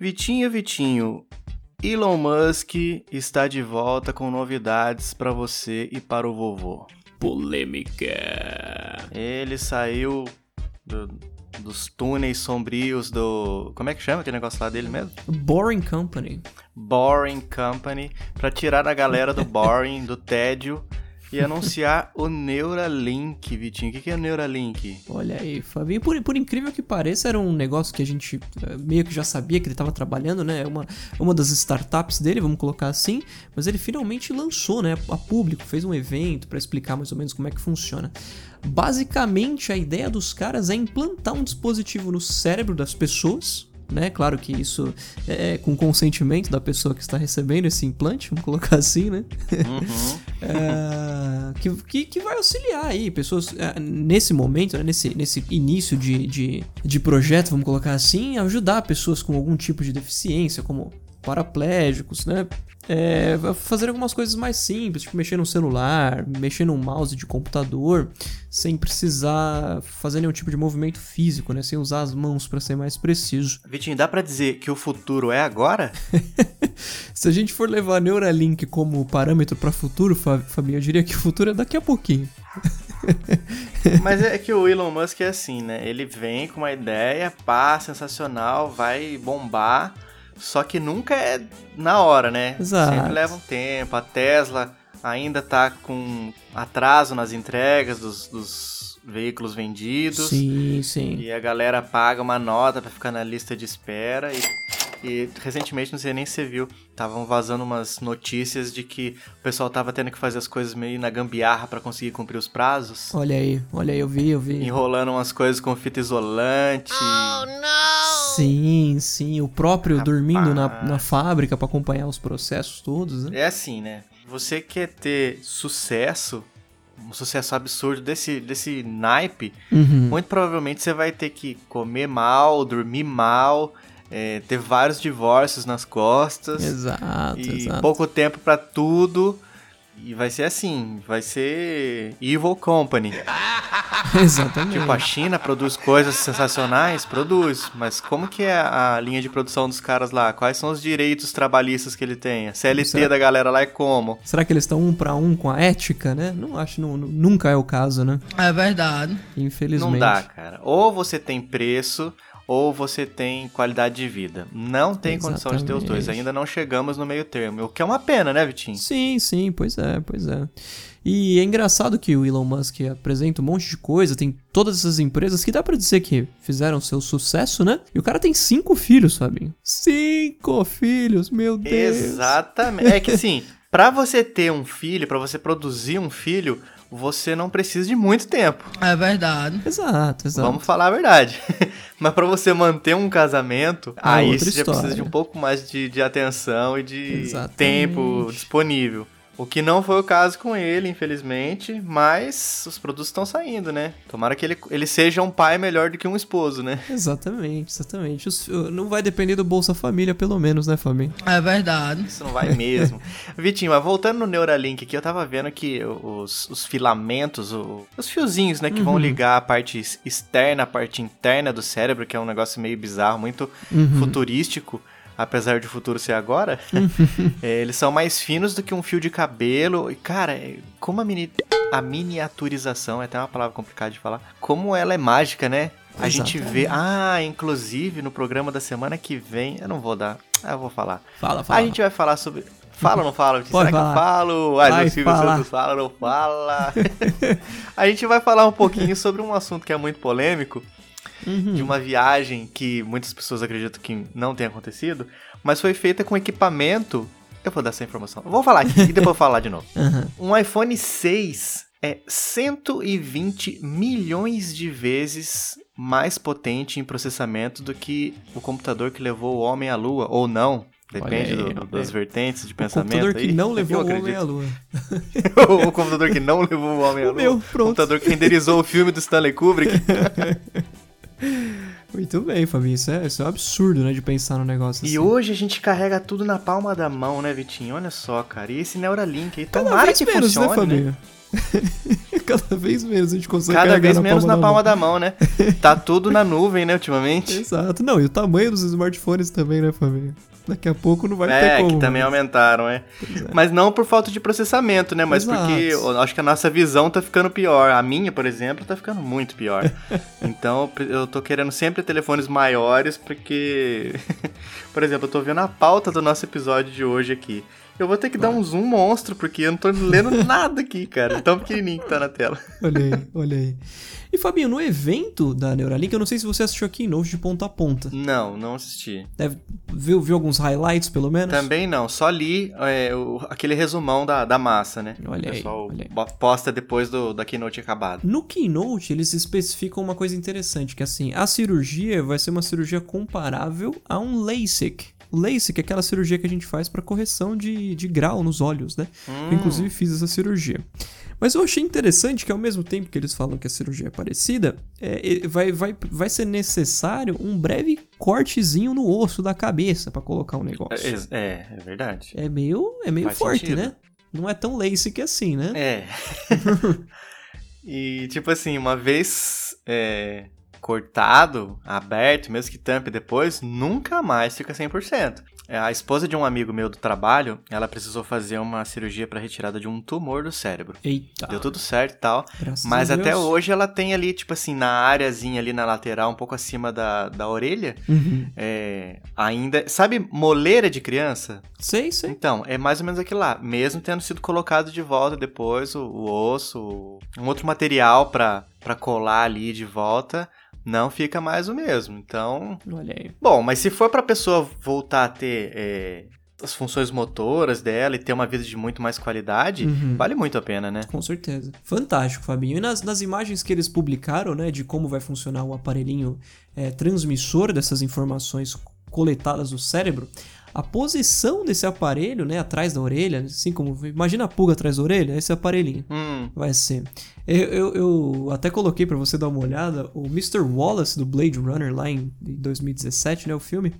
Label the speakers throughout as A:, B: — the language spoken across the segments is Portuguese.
A: Vitinho, Vitinho, Elon Musk está de volta com novidades para você e para o vovô.
B: Polêmica.
A: Ele saiu do- dos túneis sombrios do. Como é que chama aquele negócio lá dele mesmo?
B: Boring Company.
A: Boring Company para tirar a galera do boring, do tédio e anunciar o Neuralink, Vitinho. O que que é o Neuralink?
B: Olha aí, Fabinho. Por, por incrível que pareça, era um negócio que a gente eh, meio que já sabia que ele estava trabalhando, né? É Uma, uma das startups dele, vamos colocar assim. Mas ele finalmente lançou, né? A público, fez um evento para explicar mais ou menos como é que funciona. Basicamente, a ideia dos caras é implantar um dispositivo no cérebro das pessoas. Né? Claro que isso é com consentimento da pessoa que está recebendo esse implante, vamos colocar assim, né?
A: Uhum.
B: É, que, que, que vai auxiliar aí pessoas é, nesse momento, né, nesse, nesse início de, de, de projeto, vamos colocar assim, ajudar pessoas com algum tipo de deficiência, como paraplégicos, né? É, fazer algumas coisas mais simples, tipo mexer no celular, mexer no mouse de computador, sem precisar fazer nenhum tipo de movimento físico, né? Sem usar as mãos para ser mais preciso.
A: Vitinho, dá pra dizer que o futuro é agora?
B: Se a gente for levar Neuralink como parâmetro para futuro, Fa- Fabinho, eu diria que o futuro é daqui a pouquinho.
A: Mas é que o Elon Musk é assim, né? Ele vem com uma ideia, pá, sensacional, vai bombar. Só que nunca é na hora, né?
B: Exato.
A: Sempre leva um tempo. A Tesla ainda tá com atraso nas entregas dos, dos veículos vendidos.
B: Sim, sim.
A: E a galera paga uma nota pra ficar na lista de espera e, e recentemente, não sei nem se você viu, estavam vazando umas notícias de que o pessoal tava tendo que fazer as coisas meio na gambiarra pra conseguir cumprir os prazos.
B: Olha aí, olha aí, eu vi, eu vi.
A: Enrolando umas coisas com fita isolante.
B: Sim, sim, o próprio
A: Rapaz.
B: dormindo na, na fábrica pra acompanhar os processos todos, né?
A: É assim, né? Você quer ter sucesso, um sucesso absurdo desse, desse naipe,
B: Uhum.
A: Muito provavelmente você vai ter que comer mal, dormir mal, é, ter vários divórcios nas costas
B: Exato,
A: e
B: exato.
A: pouco tempo pra tudo. E vai ser assim, vai ser Evil Company.
B: Exatamente.
A: Tipo, a China produz coisas sensacionais? Produz. Mas como que é a linha de produção dos caras lá? Quais são os direitos trabalhistas que ele tem? A CLT
B: Certo.
A: da galera lá é como?
B: Será que eles estão um pra um com a ética, né? Não acho, nu- nu- nunca é o caso, né?
C: É verdade.
B: Infelizmente.
A: Não dá, cara. Ou você tem preço, ou você tem qualidade de vida. Não tem condição de ter os dois.
B: Exatamente.
A: Ainda não chegamos no meio termo. O que é uma pena, né, Vitinho?
B: Sim, sim, pois é, pois é. E é engraçado que o Elon Musk apresenta um monte de coisa, tem todas essas empresas que dá pra dizer que fizeram seu sucesso, né? E o cara tem cinco filhos, Fabinho. Cinco filhos, meu Deus.
A: Exatamente. É que sim, pra você ter um filho, pra você produzir um filho, você não precisa de muito tempo.
C: É verdade.
B: Exato, exato.
A: Vamos falar a verdade. Mas pra você manter um casamento, aí
B: É outra
A: você já precisa de
B: história.
A: um pouco mais de, de atenção e de
B: Exatamente.
A: tempo disponível. O que não foi o caso com ele, infelizmente, mas os produtos estão saindo, né? Tomara que ele, ele seja um pai melhor do que um esposo, né?
B: Exatamente, exatamente. Os- uh, não vai depender do Bolsa Família, pelo menos, né, Fabinho?
C: É verdade.
A: Isso não vai mesmo. Vitinho, mas voltando no Neuralink aqui, eu tava vendo que os, os filamentos, o- os fiozinhos, né, que
B: Uhum.
A: vão ligar a parte ex- externa, à parte interna do cérebro, que é um negócio meio bizarro, muito
B: Uhum.
A: Uhum. futurístico, apesar de o futuro ser agora, é, eles são mais finos do que um fio de cabelo. E, cara, é- como a, mini- a miniaturização, é até uma palavra complicada de falar, como ela é mágica, né? A gente vê. Ah, inclusive no programa da semana que vem. Eu não vou dar. Ah, eu vou falar.
B: Fala, fala.
A: A gente vai falar sobre. Fala ou não fala? Será que
B: falar.
A: eu falo? Ah,
B: Vai
A: o Silvio
B: falar.
A: Santos fala ou não fala? a gente vai falar um pouquinho sobre um assunto que é muito polêmico,
B: Uhum.
A: de uma viagem que muitas pessoas acreditam que não tenha acontecido, mas foi feita com equipamento. Eu vou dar essa informação. Eu Vou falar aqui e depois eu vou falar de novo.
B: Aham.
A: Um iPhone 6 é 120 milhões de vezes mais potente em processamento do que o computador que levou o homem à lua, ou não. Depende
B: aí,
A: do-
B: olha
A: das
B: aí.
A: vertentes de
B: O
A: pensamento.
B: computador que
A: aí.
B: não
A: Eu
B: levou o homem
A: acredito.
B: à lua.
A: o computador que não levou o homem à
B: O
A: lua.
B: meu,
A: O
B: pronto.
A: computador que renderizou o filme do Stanley Kubrick.
B: Muito bem, Fabinho. Isso é, isso é um absurdo, né, de pensar no negócio assim.
A: E hoje a gente carrega tudo na palma da mão, né, Vitinho? Olha só, cara. E esse Neuralink aí,
B: Cada
A: tomara
B: vez
A: que
B: menos,
A: funcione,
B: né, Fabinho? Cada vez menos a gente consegue
A: Cada
B: carregar
A: vez menos na
B: da
A: palma
B: mão.
A: da mão, né? Tá tudo na nuvem, né, ultimamente.
B: Exato. Não, e o tamanho dos smartphones também, né, família? Daqui a pouco não vai ter
A: É,
B: como. né?
A: que também aumentaram, é. Mas não por falta de processamento, né? Mas
B: Exato.
A: porque eu acho que a nossa visão tá ficando pior. A minha, por exemplo, tá ficando muito pior. então eu tô querendo sempre telefones maiores, porque. por exemplo, eu tô vendo a pauta do nosso episódio de hoje aqui. Eu vou ter que dar um zoom monstro, porque eu não tô lendo nada aqui, cara. Tão pequenininho que tá na tela.
B: Olha aí, olha aí. E Fabinho, no evento da Neuralink, eu não sei se você assistiu aqui em novo de ponta a ponta.
A: Não, não assisti.
B: Deve viu, viu alguns highlights, pelo menos?
A: Também não, só li é, o- aquele resumão da, da massa, né?
B: Olha
A: o
B: aí,
A: pessoal
B: olha aí.
A: bo- posta depois do, da keynote acabado.
B: No Keynote, eles especificam uma coisa interessante, que assim, a cirurgia vai ser uma cirurgia comparável a um LASIK. LASIK é aquela cirurgia que a gente faz para correção de, de grau nos olhos, né?
A: Hum.
B: Eu, inclusive, fiz essa cirurgia. Mas eu achei interessante que, ao mesmo tempo que eles falam que a cirurgia é parecida, é, e- vai, vai, vai ser necessário um breve cortezinho no osso da cabeça para colocar o negócio.
A: É, é, é verdade.
B: É meio, é meio
A: Faz
B: forte,
A: sentido.
B: né? Não é tão LASIK assim, né?
A: É. e, tipo assim, uma vez é, cortado, aberto, mesmo que tampe depois, nunca mais fica 100%. É, A esposa de um amigo meu do trabalho, ela precisou fazer uma cirurgia para retirada de um tumor do cérebro.
B: Eita,
A: Deu tudo certo e tal.
B: graças
A: É. Mas
B: a
A: até
B: Deus.
A: hoje ela tem ali, tipo assim, na áreazinha ali na lateral, um pouco acima da, da orelha,
B: Uhum.
A: é, ainda. Sabe, moleira de criança?
B: Sei, sei.
A: Então, é mais ou menos aquilo lá. Mesmo tendo sido colocado de volta depois o, o osso, o- um outro material pra, pra colar ali de volta, não fica mais o mesmo. Então.
B: Olha aí.
A: Bom, mas se for pra pessoa voltar a ter é, as funções motoras dela e ter uma vida de muito mais qualidade,
B: Uhum.
A: vale muito a pena, né?
B: Com certeza. Fantástico, Fabinho. E nas, nas imagens que eles publicaram, né, de como vai funcionar o aparelhinho é, transmissor dessas informações coletadas do cérebro, a posição desse aparelho, né, atrás da orelha, assim como. Imagina a pulga atrás da orelha, esse aparelhinho.
A: Hum.
B: Vai ser. Eu, eu, eu até coloquei pra você dar uma olhada, o Mr. Wallace do Blade Runner lá em 2017, né, o filme,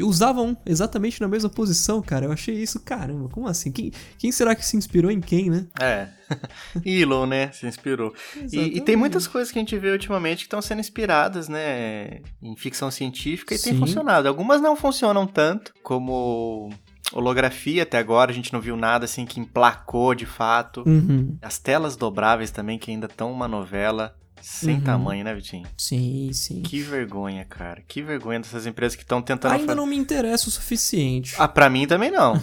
B: usava um exatamente na mesma posição, cara. Eu achei isso, caramba, como assim? Quem, quem será que se inspirou em quem, né?
A: É. Elon, né? Se inspirou. E, e tem muitas coisas que a gente vê ultimamente que estão sendo inspiradas, né? Em ficção científica e tem
B: Sim.
A: funcionado. Algumas não funcionam tanto, como holografia até agora, a gente não viu nada assim que emplacou de fato.
B: Uhum.
A: As telas dobráveis também, que ainda estão uma novela sem
B: Uhum.
A: tamanho, né, Vitinho?
B: Sim, sim.
A: Que vergonha, cara. Que vergonha dessas empresas que estão tentando
B: Ainda
A: fazer.
B: não me interessa o suficiente.
A: Ah, pra mim também não.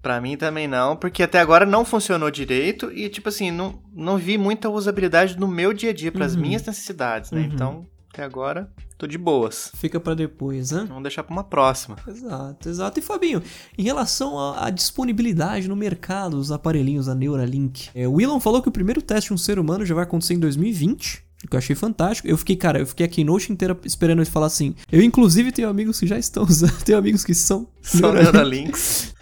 A: pra mim também não, porque até agora não funcionou direito e, tipo assim, não, não vi muita usabilidade no meu dia a dia, pras
B: Uhum.
A: minhas necessidades, né?
B: Uhum.
A: Então, até agora, tô de boas.
B: Fica pra depois, né?
A: Vamos deixar pra uma próxima.
B: Exato, exato. E Fabinho, em relação à à disponibilidade no mercado dos aparelhinhos da Neuralink, é, o Elon falou que o primeiro teste de um ser humano já vai acontecer em 2020. O que eu achei fantástico. Eu fiquei, cara, eu fiquei a keynote inteira esperando ele falar assim. Eu, inclusive, tenho amigos que já estão usando, tenho amigos que são.
A: Só
B: Neuralink.
A: Neuralinks.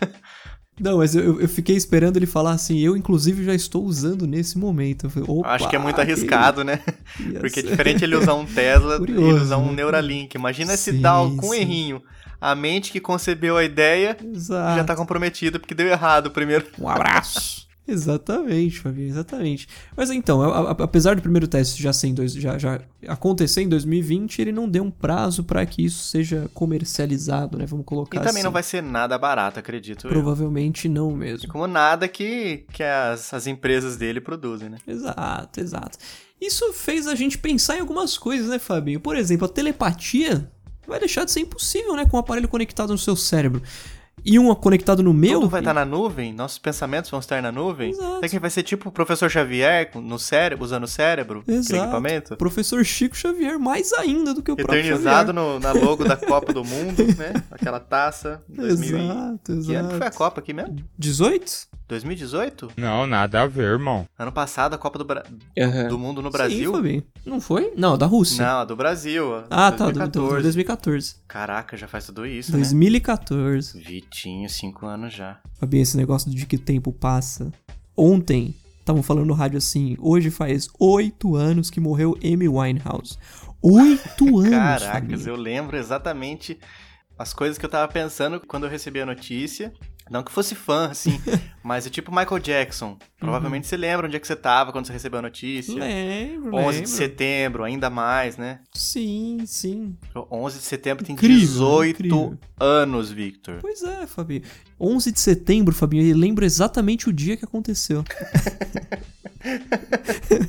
B: Não, mas eu- eu, eu fiquei esperando ele falar assim. Eu, inclusive, já estou usando nesse momento. Eu falei, opa,
A: Acho que é muito arriscado, né?
B: que-
A: Porque é diferente ele usar um Tesla e ele
B: Curioso,
A: usar um
B: né?
A: Neuralink. Imagina se
B: Sim,
A: dá algum
B: sim.
A: errinho. A mente que concebeu a ideia
B: Exato.
A: já tá comprometida porque deu errado o primeiro.
B: Um abraço. Exatamente, Fabinho, exatamente. Mas então, a- a- apesar do primeiro teste já, ser em dois, já, já acontecer em 2020, ele não deu um prazo para que isso seja comercializado, né? Vamos
A: E
B: colocar
A: também
B: assim.
A: não vai ser nada barato, acredito eu.
B: Provavelmente não mesmo.
A: Como nada que, que as, as empresas dele produzem, né?
B: Exato, exato. Isso fez a gente pensar em algumas coisas, né, Fabinho? Por exemplo, a telepatia vai deixar de ser impossível, né? Com um aparelho conectado no seu cérebro e um conectado no meu.
A: Tudo vai estar na nuvem, nossos pensamentos vão estar na nuvem.
B: Exato.
A: Será que vai ser tipo o professor Xavier com- no cérebro, usando o cérebro, aquele
B: Exato.
A: equipamento?
B: Professor Chico Xavier, mais ainda do que o próprio Xavier.
A: Eternizado no- na logo da Copa do Mundo, né? Aquela taça. 2000 e-
B: Exato,
A: Que é ano que foi a
B: exato.
A: Copa aqui mesmo?
B: 18?
A: 2018?
D: Não, nada a ver, irmão.
A: Ano passado a Copa do, Bra-
B: É.
A: do Mundo no
B: Sim,
A: Brasil?
B: Fabi. Não foi? Não, da Rússia.
A: Não, a do Brasil. a
B: Ah, tá, do- do-
A: 2014.
B: do 2014.
A: Caraca, já faz tudo isso, né?
B: 2014.
A: Vitinho, 5 anos já.
B: Fabi, esse negócio de que tempo passa. Ontem, estavam falando no rádio assim, hoje faz oito anos que morreu Amy Winehouse. Oito anos, Fabi.
A: Caracas, eu lembro exatamente as coisas que eu tava pensando quando eu recebi a notícia. Não que fosse fã, assim, mas é tipo Michael Jackson. Provavelmente você lembra onde é que você tava quando você recebeu a notícia.
B: Uhum. Lembro,
A: 11
B: lembro.
A: de setembro, ainda mais, né?
B: Sim, sim.
A: 11 de setembro tem
B: Incrível,
A: 18
B: incrível.
A: anos, Victor.
B: Pois é, Fabinho. 11 de setembro, Fabinho, eu lembro exatamente o dia que aconteceu.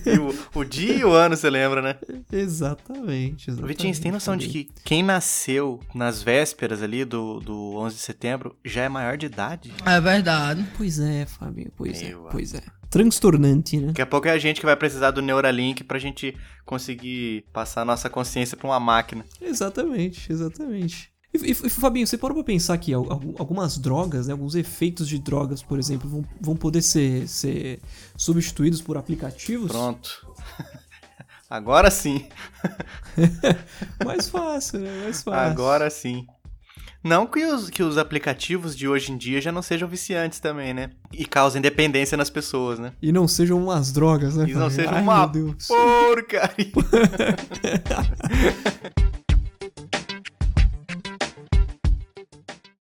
A: E o, o dia e o ano você lembra, né?
B: exatamente, exatamente.
A: Vitinho, você tem noção de
B: Fabinho.
A: que quem nasceu nas vésperas ali do, do 11 de setembro já é maior de idade?
C: É verdade.
B: Pois é, Fabinho, pois
A: Meu
B: é, pois é. Transtornante, né?
A: Daqui a pouco é a gente que vai precisar do Neuralink pra gente conseguir passar a nossa consciência pra uma máquina.
B: Exatamente, exatamente. E, e, e, Fabinho, você parou pra pensar que al- al- algumas drogas, né, alguns efeitos de drogas, por exemplo, vão, vão poder ser, ser substituídos por aplicativos?
A: Pronto. Agora sim.
B: Mais fácil, né? Mais fácil.
A: Agora sim. Não que os, que os aplicativos de hoje em dia já não sejam viciantes também, né? E causem dependência nas pessoas, né?
B: E não sejam umas drogas, né?
A: E não
B: Fabinho?
A: seja
B: Ai,
A: uma
B: Meu Deus.
A: porcaria.